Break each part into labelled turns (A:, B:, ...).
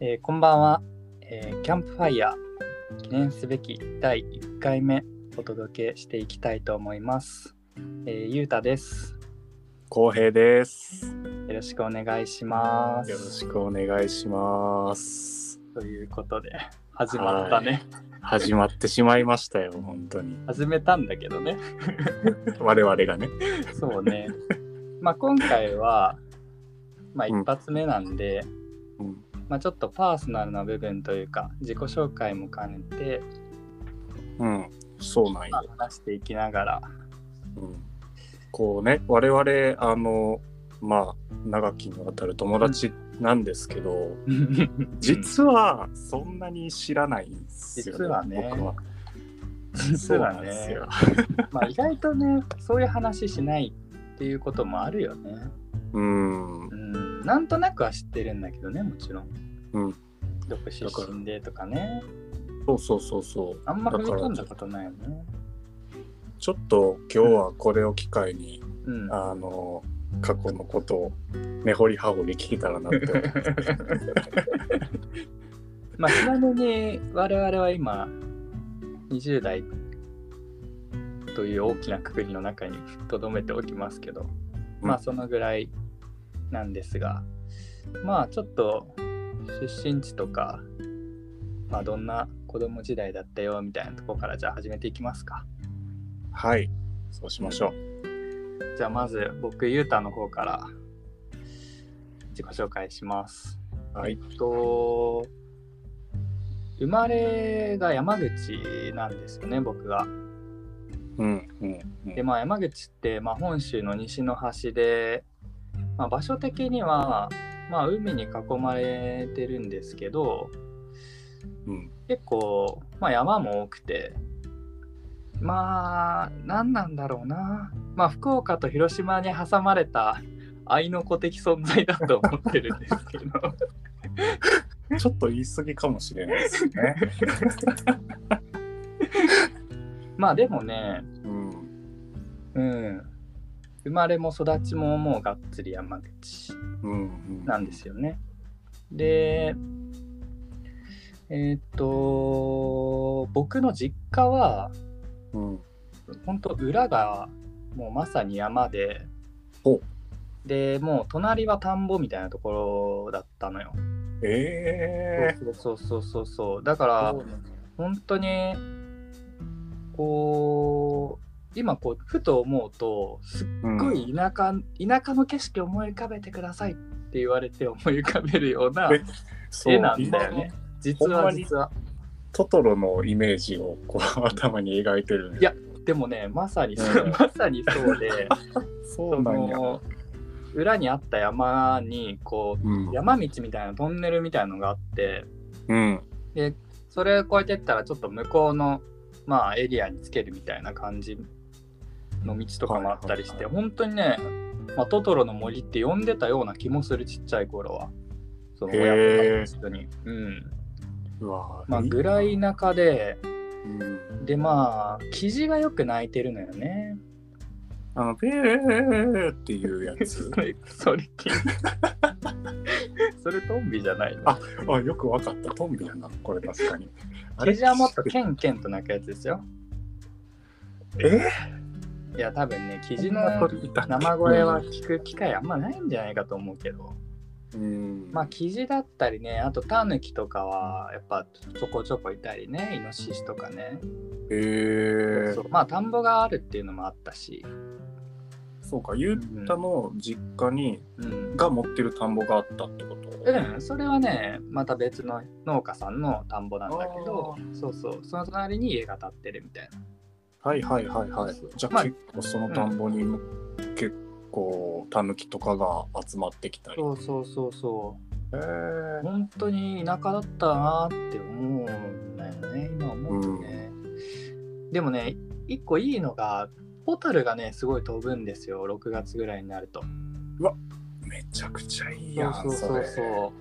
A: ーこんばんは、えーキャンプファイヤー記念すべき第1回目お届けしていきたいと思います、えーゆうたです
B: 浩平です。
A: よろしくお願いします
B: よろしくお願いします。
A: ということで始まったね
B: 始まってしまいましたよ、本当に。
A: 始めたんだけどね
B: 我々がね。
A: そう ねまあ今回はまあ
B: うん
A: 一発目なんで、
B: うん
A: まあちょっとパーソナルな部分というか自己紹介も兼ねて、
B: うん、そうなん
A: ま
B: よ
A: あ。話していきながら
B: うん、こうね、我々、あの、まあ、長きにわたる友達なんですけど、実はそんなに知らないんですよ、ね。
A: 実はね
B: 僕は。
A: 実はね
B: そうなんですよ。
A: まあ意外とねそういう話しないっていうこともあるよね。
B: うん
A: う。ん、なんとなくは知ってるんだけどねもちろん。
B: うん
A: どこ出身でとかね
B: そうそうそうそう。
A: あんま踏み込んだ
B: だか
A: こと
B: ら
A: ないよね。
B: ちょっと今日はこれを機会に、
A: うん、
B: あの過去のことを根掘り葉掘り聞けたらなって
A: まあちなみに我々は今20代という大きなくくりの中にとどめておきますけど、まあそのぐらいなんですがまあちょっと出身地とかまあどんな子供時代だったよみたいなとこからじゃあ始めていきますか
B: はいそうしましょう
A: じゃあまず僕ゆうたの方から自己紹介します
B: はい
A: えっと生まれが山口なんですよね僕が
B: うんうんう
A: で
B: ん
A: まあ山口って、まあ、本州の西の端で、まあ、場所的には、まあ、海に囲まれてるんですけど
B: うん
A: 結構、まあ、山も多くてまあ何なんだろうなまあ福岡と広島に挟まれた愛の子的存在だと思ってるんですけど
B: ちょっと言い過ぎかもしれないですね
A: まあでもねう
B: うん
A: ん生まれも育ちももうがっつり山口
B: うん
A: なんですよね。で、えーっと、僕の実家は、
B: うん
A: 本当裏がもうまさに山で
B: ほ、
A: で、もう隣は田んぼみたいなところだったのよ。
B: ええ
A: そうそうそうそう。だから、本当に、こう、今こう、ふと思うと、すっ
B: うん
A: ごい田舎、田舎の景色を思い浮かべてくださいって言われて思い浮かべるような。
B: えそう
A: 絵なんだよね
B: 今の
A: 実
B: ほん
A: は
B: まに
A: 実は
B: トトロのイメージをこう頭に描いてるね
A: いやでもねまさにそう
B: うん
A: まさにそうで
B: そ
A: そう
B: なんや
A: の裏にあった山にこ
B: うん
A: う山道みたいなトンネルみたいのがあって
B: うん
A: それを越えてったらちょっと向こうのまあエリアにつけるみたいな感じの道とかもあったりして、
B: は
A: 本当にね、まあ、トトロの森って呼んでたような気もするちっちゃい頃はその親
B: へー
A: とかと一緒に、うん
B: うわ
A: まあ、
B: いい
A: ぐらい田舎で
B: うん
A: でまあキジがよく鳴いてるのよね
B: あのペーっていうやつ
A: それ、それ、 それトンビじゃないの。
B: ああよくわかったトンビやなこれ確かにあ
A: ケジはもっとケンケンと鳴くやつですよ。
B: え
A: いや、多分ね、キ
B: ー、
A: ジの生声は聞く機会あんまないんじゃないかと思うけど、
B: うん、
A: まあ、キジだったりね、あとタヌキとかは、やっぱちょこちょこいたりね、イノシシとかね、
B: へえー、
A: そ
B: そう
A: まあ、田んぼがあるっていうのもあったし、
B: うかゆうたの実家に
A: うん。
B: が持ってる田んぼがあったってこと
A: うん、それはね、また別の農家さんの田んぼなんだけど、そうそう、その隣に家が建ってるみたいな。
B: はいはいはいはい
A: そう
B: じゃあ、
A: まあ
B: 結構その田んぼに、結構タヌキとかが集まってきたり
A: そうそうそうそう。
B: へえー、
A: 本当に田舎だったなって思うんだよね今思うとね、でもね一個いいのがホタルがねすごい飛ぶんですよ6月ぐらいになると
B: めちゃくちゃいいやん
A: そうそうそうそ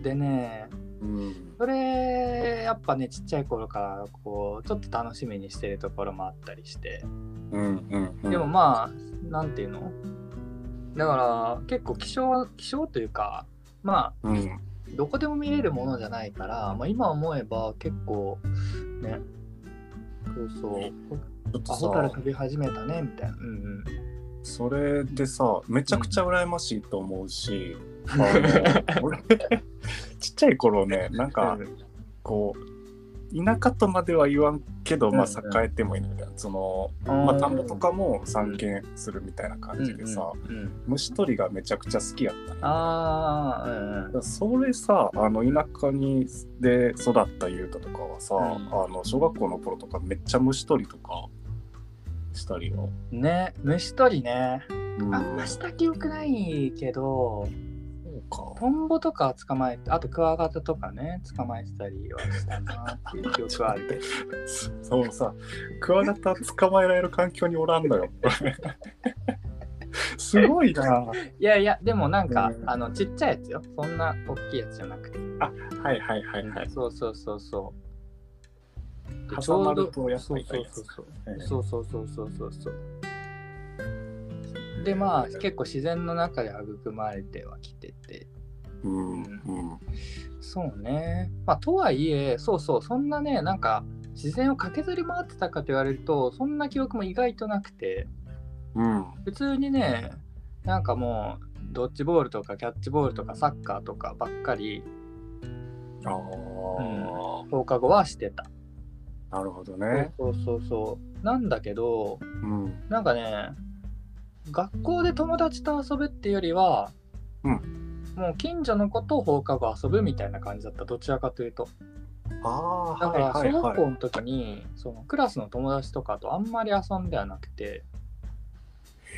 A: うでね
B: う、うん、
A: それやっぱねちっちゃい頃からこうちょっと楽しみにしてるところもあったりして
B: うんうんうん
A: でもまあなんていうのだから結構希少希少というかまあ
B: うん
A: どこでも見れるものじゃないから、まあ、今思えば結構ねそうそう
B: ちょっ
A: あ
B: と
A: ホタル
B: さ
A: 飛び始めたねみたいなうんうん
B: それでさめちゃくちゃ羨ましいと思うし、あの俺ちっちゃい頃ねなんかこう田舎とまでは言わんけど、まあ、
A: うんうん
B: 栄えてもいいみたいなその、
A: うん
B: まあ、田んぼとかも散見するみたいな感じでさ、
A: うんうん
B: 虫取りがめちゃくちゃ好きやったんよ
A: ああうん
B: だからそれさあの田舎にで育った優太とかはさ、
A: うん
B: あの小学校の頃とかめっちゃ虫取りとかしたりよ。
A: うんね虫取りね
B: うん
A: あんました記憶ないけど
B: そうか
A: トンボとか捕まえてあとクワガタとかね捕まえてたりはしたなっていう記憶はあるけど
B: そうさクワガタ捕まえられる環境におらんのよ。 すごいな。はい
A: いやいやでもなんか、
B: うん
A: あのちっちゃいやつよそんな大きいやつじゃなくて
B: はいはいはい。
A: そうそうそうそう。
B: 挟まるとやっぱ
A: そう
B: 痛いやつ
A: そうそうそうそうそうそうそうそう。でまあ結構自然の中で育まれてはきてて
B: うんうん
A: そうねまあとはいえそうそうそんなねなんか自然を駆けずり回ってたかと言われるとそんな記憶も意外となくて
B: うん
A: 普通にねなんかもうドッジボールとかキャッチボールとかサッカーとかばっかり
B: ああ、
A: 放課後はしてた。
B: なるほどね。
A: そうそうそうなんだけど
B: うん
A: なんかね、学校で友達と遊ぶっていうよりは、
B: うん
A: もう近所の子と放課後遊ぶみたいな感じだった、どちらかというと。
B: ああ
A: だか
B: はい
A: ら、
B: はい
A: 小
B: は
A: 学
B: い。
A: 校の時に、そのクラスの友達とかとあんまり遊んではなくて、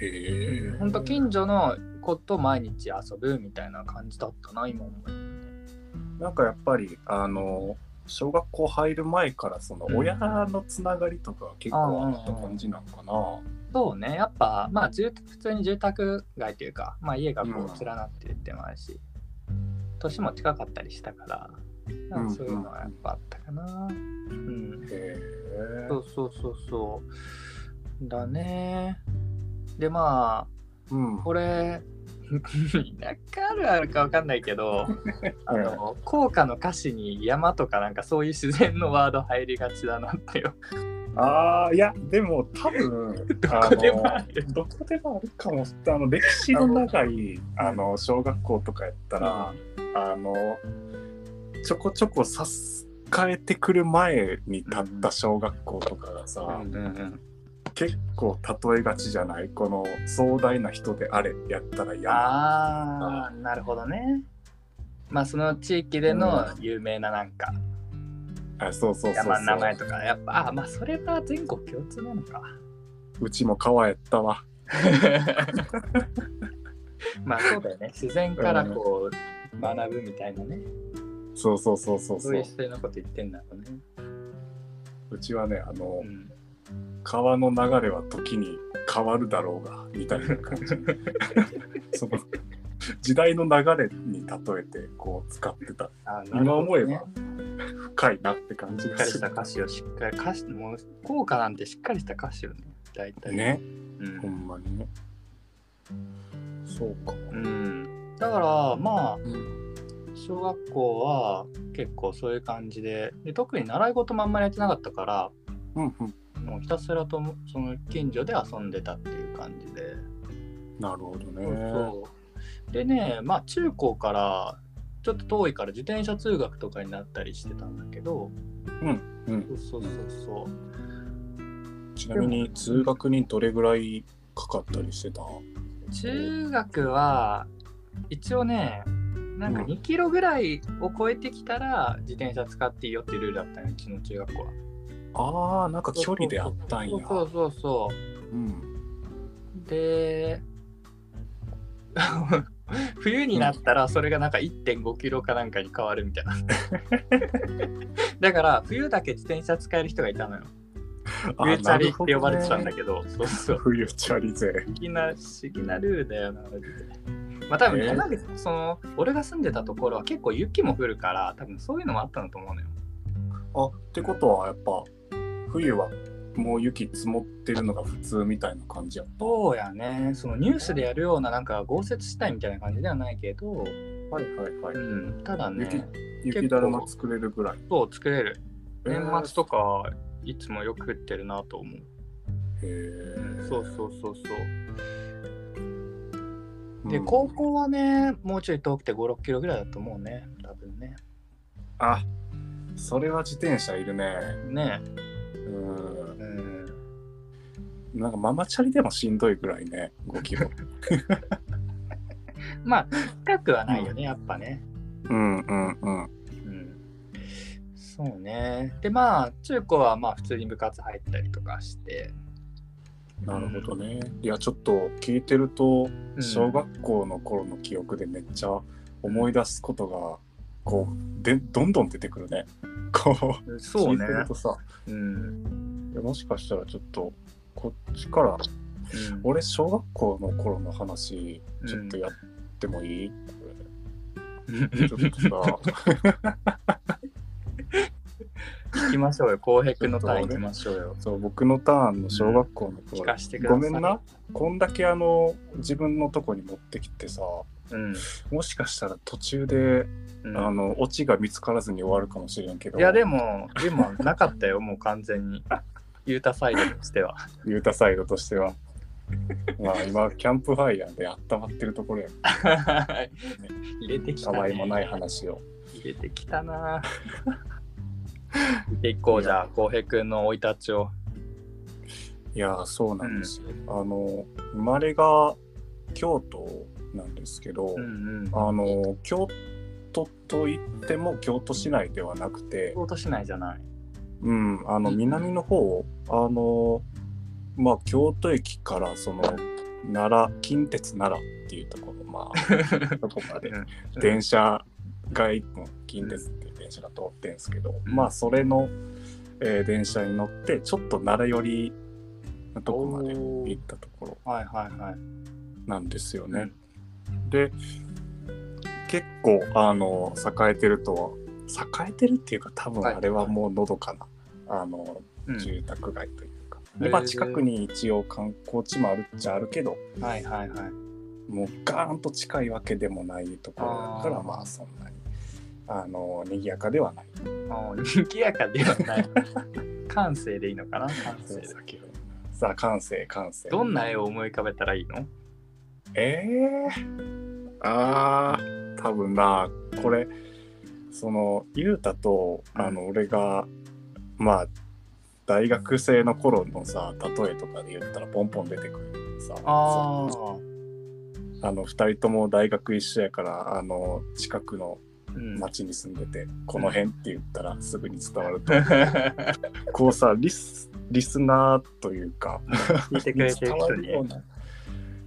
B: へえ。
A: ほんと近所の子と毎日遊ぶみたいな感じだったな、今思えば
B: なんかやっぱりあの小学校入る前からその
A: うん
B: 親のつながりとか結構あった感じなのかな。
A: そうね、やっぱ、まあ、住普通に住宅街というか、まあ、家がこ
B: うん
A: う連なってるってのもあるし、年も近かったりしたから、なんかそういうのはやっぱあったかな。うん
B: へえ。
A: そうそうそうそう。だね。でま
B: うん
A: あこれ田舎あるあるかわかんないけ どあの校歌の歌詞に山とかなんかそういう自然のワード入りがちだなってよ。
B: ああいやでも多分
A: どこでもあ
B: の
A: る
B: どこでもあるかもあの歴史の長いあの小学校とかやったら、あのちょこちょこさす変えてくる前に立った小学校とかがさ、結構例えがちじゃないこの壮大な人であれやったらや
A: ああなるほどね。まあその地域での有名ななんか
B: あそうそうそうそう
A: 山の名前とかやっぱあまあそれは全国共通なのか。
B: うちも川やったわ
A: まあそうだよ ね自然からこう学ぶみたいなね。
B: そうそうそうそう
A: そ
B: そう
A: いうう姿勢のこと言ってんだろうね。
B: うちはねあの、
A: うん、
B: 川の流れは時に変わるだろうがみたいな感じ その時代の流れに例えてこう使ってた
A: あ
B: 今思えば深いなって感じ
A: しっ
B: が
A: かり
B: す
A: した歌詞をしっかり歌詞もう効果なんてしっかりした歌詞をね大
B: る
A: 体
B: ね
A: う
B: ほ
A: ん、
B: んまにねそうか
A: うん、だからまあ
B: うん
A: 小学校は結構そういう感じでで特に習い事もあんまりやってなかったから
B: うんうん
A: もうひたすらともその近所で遊んでたっていう感じで、
B: なるほどね
A: そうそうでねまあ中高からちょっと遠いから自転車通学とかになったりしてたんだけど
B: うん
A: そうそうそうそう
B: ちなみに通学にどれぐらいかかったりしてた
A: 中学は一応ねなんか
B: うん
A: 2キロぐらいを超えてきたら自転車使っていいよっていうルールだったねうちの中学校は
B: あーなんか距離であったんや
A: そうそうそうそ
B: うん
A: うで 冬になったらそれがなんか1.5キロかなんかに変わるみたいな だから冬だけ自転車使える人がいたのよ
B: あ
A: 冬
B: ー
A: チャリって呼ばれてたんだ
B: なる
A: けどそうそ
B: ほ
A: う
B: どね冬チャリ勢
A: 不思議な不思議なルールだよな。マジでまあ多分、
B: えー
A: かなりその俺が住んでたところは結構雪も降るから多分そういうのもあったんだと思うのよ。
B: あってことはやっぱ冬はもう雪積もってるのが普通みたいな感じやった。
A: そうやねそのニュースでやるようななんか豪雪地帯みたいな感じではないけど
B: はいはいは
A: う
B: い。
A: ん、ただ
B: 雪
A: ね、
B: 雪だるま作れるぐらい。
A: そう作れる。年末と
B: か。
A: か、いつもよく売ってるなと思う。
B: へー
A: そうそうそうそう。
B: うん
A: で、高校はね、もうちょい遠くて5、6キロぐらいだと思うね、多分ね。
B: あそれは自転車いるね。
A: ね
B: うん。
A: うん。
B: なんかママチャリでもしんどいぐらいね、5キ ロ。
A: まあ、深くはないよね、やっぱね。
B: うんうんうん。
A: うん。そうね。で、まあ、中高はまあ、普通に部活入ったりとかして。
B: なるほどね。いや、ちょっと聞いてると、
A: うん
B: 小学校の頃の記憶でめっちゃ思い出すことが、こう、で、どんどん出てくるね。こう、
A: そう
B: 聞
A: ね
B: いて。るとさ、
A: うん。
B: いやもしかしたらちょっと、こっちから、俺、小学校の頃の話、ちょっとやってもいい、
A: うん
B: ちょっと さ、
A: 行きましょう よ。浩平君のターン行きましょうよ。
B: そう、僕のターンの小学校の
A: 聞
B: 頃
A: か、せてくださ
B: ご
A: い。
B: めんな。。こんだけあの、自分のとこに持ってきてさ、
A: うん。
B: もしかしたら途中で、
A: うん
B: あの、オチが見つからずに終わるかもしれんけど、
A: いや、でも、でも、なかったよ、もう完全に。ユータサイドとしては。
B: ユータサイドとしては。 まあ今、キャンプファイヤーで温まってるところや。
A: 入れてき
B: た
A: た、
B: わ
A: ね。
B: いもない話を。
A: 入れてきた な。で、こうじゃあ、浩平君の生い立ちを。
B: いやー、そうなんですよ。あの、生まれが京都なんですけど、
A: うんうん。
B: あの、京都といっても京都市内ではなくて、
A: 京都市内じゃない。
B: うん、あの、
A: うん
B: 南の方、あの、まあ、京都駅から、その、奈良、近鉄奈良っていうところ、ま あ、どこまで。電車が1本近鉄っていう電車が通ってんですけど、
A: うん
B: まあそれの、えー電車に乗ってちょっと奈良寄りのとこまで行ったところ
A: はいはいはい。
B: なんですよね。で結構あの栄えてるとは栄えてるっていうか多分
A: はい
B: あれはもうのどかな、あの
A: うん
B: 住宅街というか、
A: うん
B: でまあ
A: へー
B: 近くに一応観光地もあるっちゃあるけど
A: はいはいはい。
B: もうガーンと近いわけでもないところだから
A: あー
B: まあそんなにあの賑やかではない
A: もう賑やかではない。 感性でいいのかな感性で。
B: 先ほどさあ感性感性
A: どんな絵を思い浮かべたらいいの
B: えー、あー多分なこれその雄太とあの俺がまあ大学生の頃のさ例えとかで言ったらポンポン出てくるさ
A: ああ。
B: そうあの2人とも大学一緒やからあの近くの
A: うん。
B: 町に住んでて、この辺って言ったらすぐに伝わる とこうさリスリスナーというか
A: 見てくれ てる人に
B: 伝わような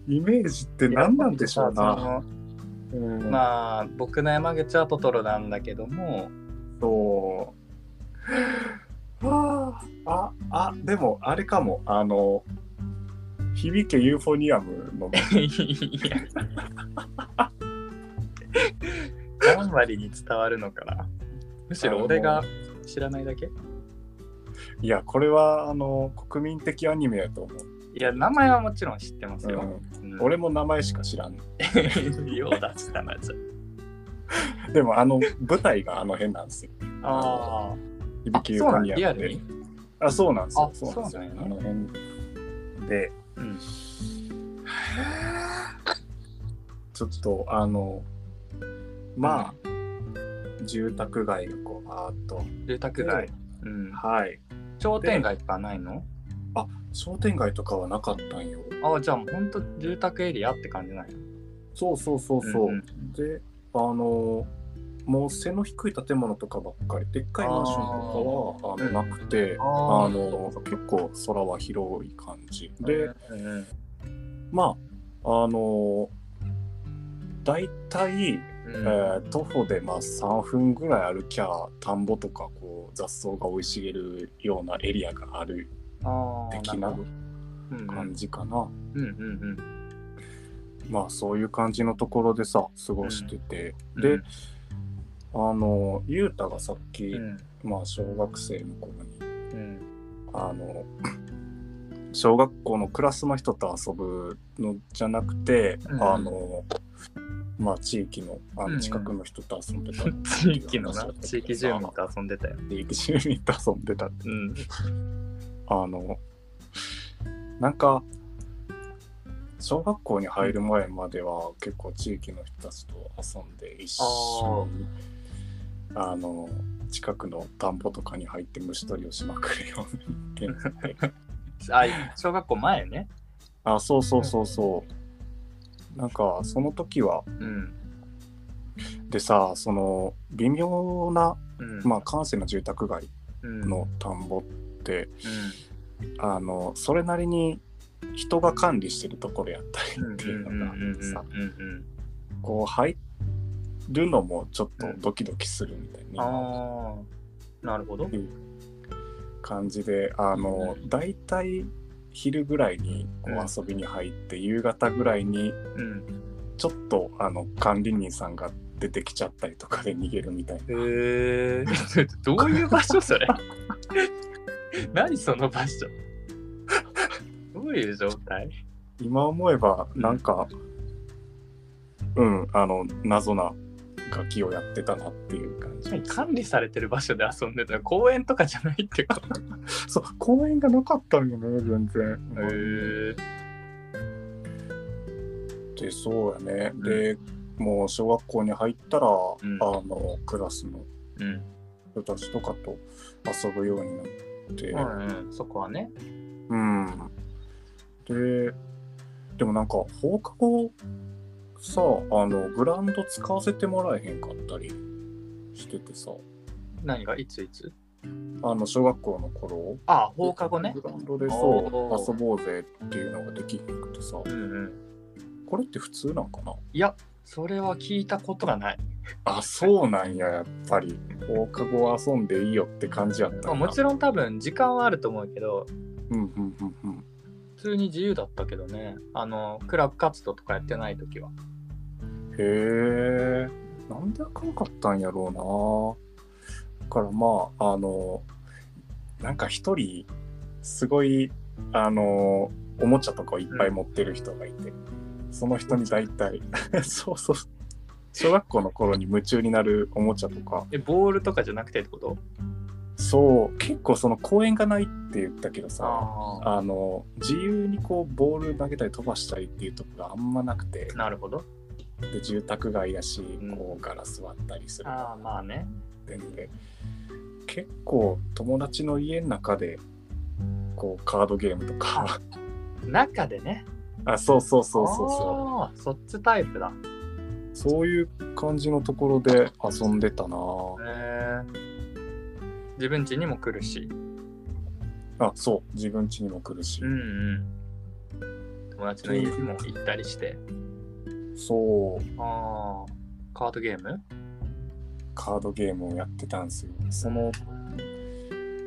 B: イメージって何なんでしょうな。
A: その
B: まあ、
A: まあ僕の山口はトトロなんだけども
B: そう。あーあ、あ、でもあれかも、あの、響けユーフォニアムの、
A: いや頑張りに伝わるのかなむしろ俺が知らないだけい
B: いや、これは、あの、国民的アニメやと思う。
A: や名前はもちろん知ってます
B: う
A: よ、
B: ん
A: うん
B: 俺も名前しか知らん。
A: よう出したなじゃ
B: でも、あの、舞台があの辺なんですよ。
A: ああ
B: 響
A: あ
B: けユー
A: そう
B: フ
A: な
B: ォ
A: ん
B: ニ
A: リ
B: ア
A: ア
B: ムで
A: ルに。
B: あ、そうなんですよ。
A: あ
B: そうなんですよ。
A: そう
B: あ
A: なんや
B: の辺で、
A: うん
B: ちょっとあの、まあ、住宅街がこう、あーっと、
A: 住宅街、うん、
B: はい。
A: 商店街とかないの
B: 商店街とかはなかったんよ。
A: ああじゃあもうほんと住宅エリアって感じない
B: そうそうそうそう。
A: うん
B: で、あの、もう背の低い建物とかばっかり、でっかいマンションとかはあ
A: うん
B: のなくて、
A: あ
B: あの結構空は広い感じで、
A: うんうん
B: まああの大体、
A: う
B: え
A: ん
B: ー徒歩でまあ3分ぐらい歩きゃ田んぼとかこう雑草が生い茂るようなエリアがある
A: あー
B: 的な
A: るほど
B: 感じかな
A: うんうんうんうん
B: まあそういう感じのところでさ過ごしてて、
A: うん
B: で、あの雄太がさっき、
A: うん
B: まあ小学生の頃に
A: うん
B: あの小学校のクラスの人と遊ぶのじゃなくて、
A: うん
B: あのまあ、地域のあ
A: うんう
B: の
A: ん
B: 近くの人と遊んでた、
A: 地域のな、地域住民と遊んでたよ。
B: 地域住民と遊んでた
A: うん。
B: あのなんか小学校に入る前までは結構地域の人たちと遊んで一緒にあの近くの田んぼとかに入って虫取りをしまくるようになって
A: あ、小学校前ね。
B: あそうそうそうそうなんかその時は
A: うん。
B: でさその微妙な
A: うん。
B: まあ閑静な住宅街
A: うん、
B: の田んぼってあのそれなりに人が管理してるところやった
A: うん。
B: りっていうのがさ
A: うんうんうんうん
B: こう入るのもちょっとドキドキするみたいな
A: ああ、なるほど。
B: 感じであの
A: う
B: 大体昼ぐらいにこ
A: うん
B: う遊びに入って夕方ぐらいに
A: うん。
B: ちょっとあの管理人さんが出てきちゃったりとかで逃げるみたい
A: へえ。 どういう場所それ 何その場所どういう状態
B: 今思えばなんかうん、あの謎な楽器をやってたなっていう感じ
A: 管理されてる場所で遊んでたの公園とかじゃないってこと
B: そう公園がなかったんよね全然、
A: へえ。
B: でそうやね、
A: ん
B: でもう小学校に入ったら、
A: ん
B: あのクラスの
A: うん。
B: 人たちとかと遊ぶようになって、
A: うんうん、そこはね。
B: うんででもなんか放課後さあのグラウンド使わせてもらえへんかったりしててさ
A: 何がいついつ
B: あの小学校の頃
A: ああ、放課後ね
B: グ。ラウンドで
A: お
B: そ
A: ー
B: う遊ぼうぜっていうのができへんくてさ
A: うんうん。
B: これって普通なんかない
A: や、それは聞いたことがない。
B: あそうなんややっぱり放課後は遊んでいいよって感じやった
A: まあ、
B: な
A: もちろん多分時間はあると思うけど、
B: うんうんうんうん
A: 普通に自由だったけどね。あの、クラブ活動とかやってない時は。
B: へえなんであかんかったんやろうなだからまああのなんか一人すごいあのおもちゃとかをいっぱい持ってる人がいて、その人に大体 そうそう小学校の頃に夢中になるおもちゃとか
A: え、ボールとかじゃなくてってこと
B: そう結構その公園がないって言ったけどさ
A: あ
B: あの自由にこうボール投げたり飛ばしたりっていうとこがあんまなくて
A: あ。なるほど。
B: で住宅街やし、
A: ん
B: こうガラス割ったりする
A: ああ、まあね。
B: ってんで結構友達の家の中でこうカードゲームとか
A: 中でね。
B: あそうそうそうそうそ
A: ああそっちタイプだ。
B: うそういう感じのところで遊んでた
A: へ
B: な
A: え。自分家にも来るし。
B: あそう自分家にも来るし、
A: うんうん。友達の家にも行ったりして。
B: そう
A: ああ、カードゲーム
B: カードゲームをやってたんですよその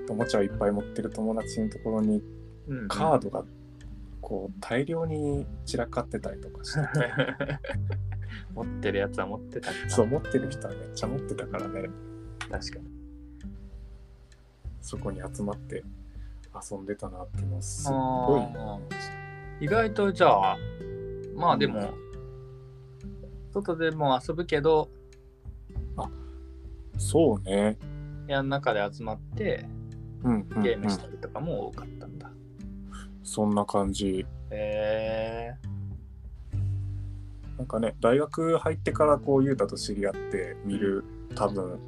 B: おもちゃをいっぱい持ってる友達のところに
A: うん
B: カードがこう大量に散らかってたりと かして
A: 持ってるやつは持ってたから
B: そう持ってる人はめっちゃ持ってたからね
A: 確かに
B: そこに集まって遊んでたなっていうのはすっごい
A: あー意外とじゃあまあでも、
B: うん
A: 外でも遊ぶけど
B: そうね
A: 部屋の中で集まって
B: うんうんうん
A: ゲームしたりとかも多かったんだ、
B: そんな感じ
A: へえ
B: なんかね大学入ってからこう雄太と知り合って見る多分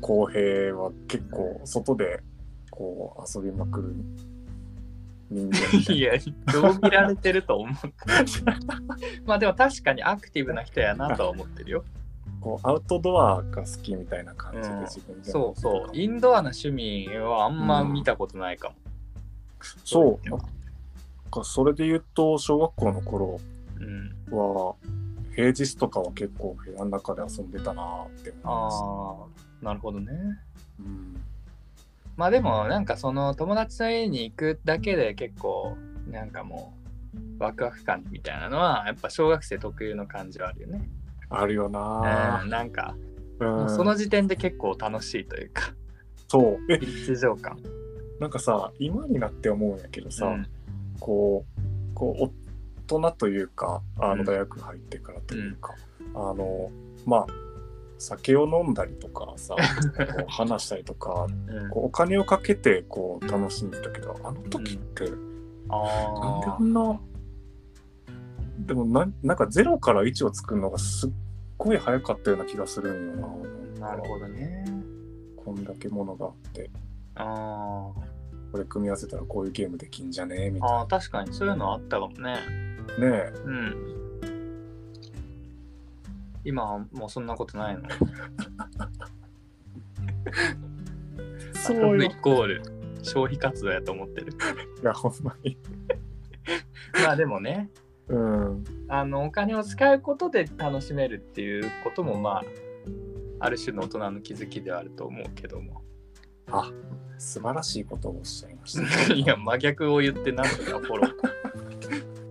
B: 浩平は結構外でこう遊びまくる人間み たい
A: いやどう見られてると思う まあでも確かにアクティブな人やなとは思って るよ
B: なこうアウトドアが好きみたいな感じで
A: うん
B: 自分で
A: そうそうインドアな趣味はあんま見たことないかも、
B: そう。なんかそれで言うと、小学校の頃
A: うん、
B: は、平日とかは結構部屋の中で遊んでたなーって思います。
A: ああなるほどね
B: うん
A: まあでもなんかその友達の家に行くだけで結構なんかもうワクワク感みたいなのはやっぱ小学生特有の感じはあるよね。
B: あるよな
A: うん、なんか
B: ー、
A: も
B: うん
A: うその時点で結構楽しいというか
B: そう。え、
A: 日常 感。
B: なんかさ、今になって思うんやけどさ、
A: うん
B: こう、こう人というかあ
A: う
B: の
A: ん
B: 大学入ってからというか、あのまあ酒を飲んだりとか さこう話したりとか
A: うん
B: こうお金をかけてこう楽しんでたけどあの時ってなんで
A: あ
B: こんなでもなんなんか0から1を作るのがすっごい早かったような気がするんよ
A: あ、
B: な
A: なるほどね。
B: こんだけものがあって
A: あー
B: これ組み合わせたらこういうゲームできんじゃねえみたい
A: あー、確かにそういうのあったかもね。
B: なねえ
A: うん。今はもうそんなことないの。
B: そう よ
A: イコール消費活動やと思ってる。
B: いやほんまに
A: まあでもね、
B: うん
A: あのお金を使うことで楽しめるっていうこともまあある種の大人の気づきではあると思うけど も
B: あ素晴らしいことをおっしゃいました
A: いや真逆を言ってなんとかフォロー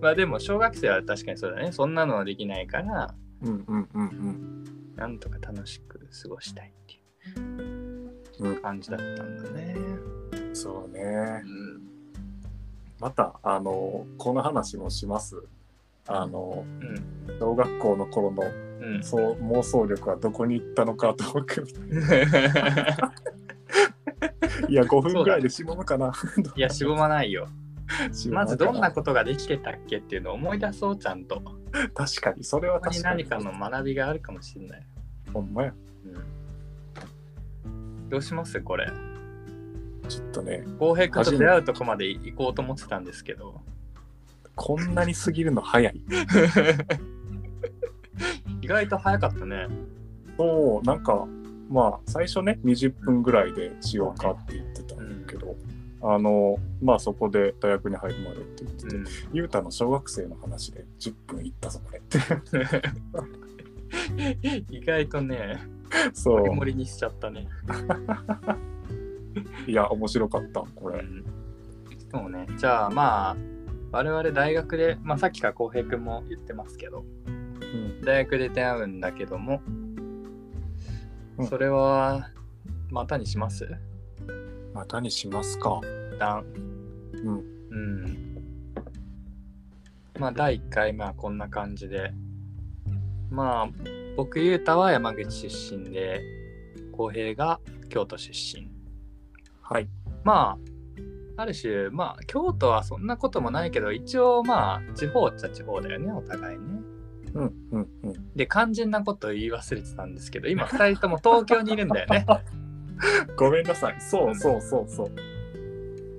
A: まあでも小学生は確かにそうだねそんなのはできないから
B: うんうんうんうん
A: なんとか楽しく過ごしたいって
B: う
A: い
B: ん
A: う感じだったんだね、
B: そうね
A: うん
B: またあのこの話もしますあの
A: うん
B: 小学校の頃の
A: うん、
B: そう妄想力はどこに行ったのかと僕いや5分ぐらいでしぼむかな
A: いやしぼまないよ
B: しぼ
A: ま
B: むか
A: ずどんなことができてたっけっていうのを思い出そうちゃんと
B: 確かにそれは
A: そこに
B: 確かに
A: 何かの学びがあるかもしれない
B: ほんまや
A: どうしますこれ。
B: ちょっとね
A: 浩平君と出会うとこまで行こうと思ってたんですけ ど、
B: こんなに過ぎるの早い
A: 意外と早かったね。
B: そうなんかまあ最初ね20分ぐらいでしようかって言ってたんだけど、あのまあそこで大学に入るまでって言ってて、
A: うん、
B: ゆうたの小学生の話で10分いったぞ これって
A: 意外とね、
B: そう
A: 盛り盛りにしちゃったね。
B: いや面白かったこ
A: う
B: れ
A: んそうね。じゃあまあ、我々大学で、まあさっきから浩平君も言ってますけど、
B: うん
A: 大学で出会うんだけども
B: うん、
A: それはまたにします
B: またにしますか
A: 一旦
B: う
A: うんまあ第1回目はこんな感じでまあ僕ゆうたは山口出身で浩平が京都出身
B: はい
A: まあある種まあ京都はそんなこともないけど一応まあ地方っちゃ地方だよねお互いね
B: うんうんうん
A: で肝心なこと言い忘れてたんですけど今2人とも東京にいるんだよね
B: ごめんなさいそうそうそうそう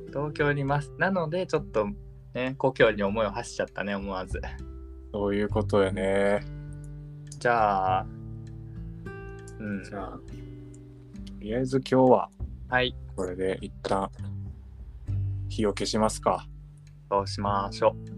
A: 東京にいますなのでちょっとね故郷に思いを馳しちゃったね思わず
B: そういうことやね
A: じゃあ、うん、
B: じゃあとりあえず今日は
A: はい、
B: これで一旦火を消しますか
A: そうしましょう。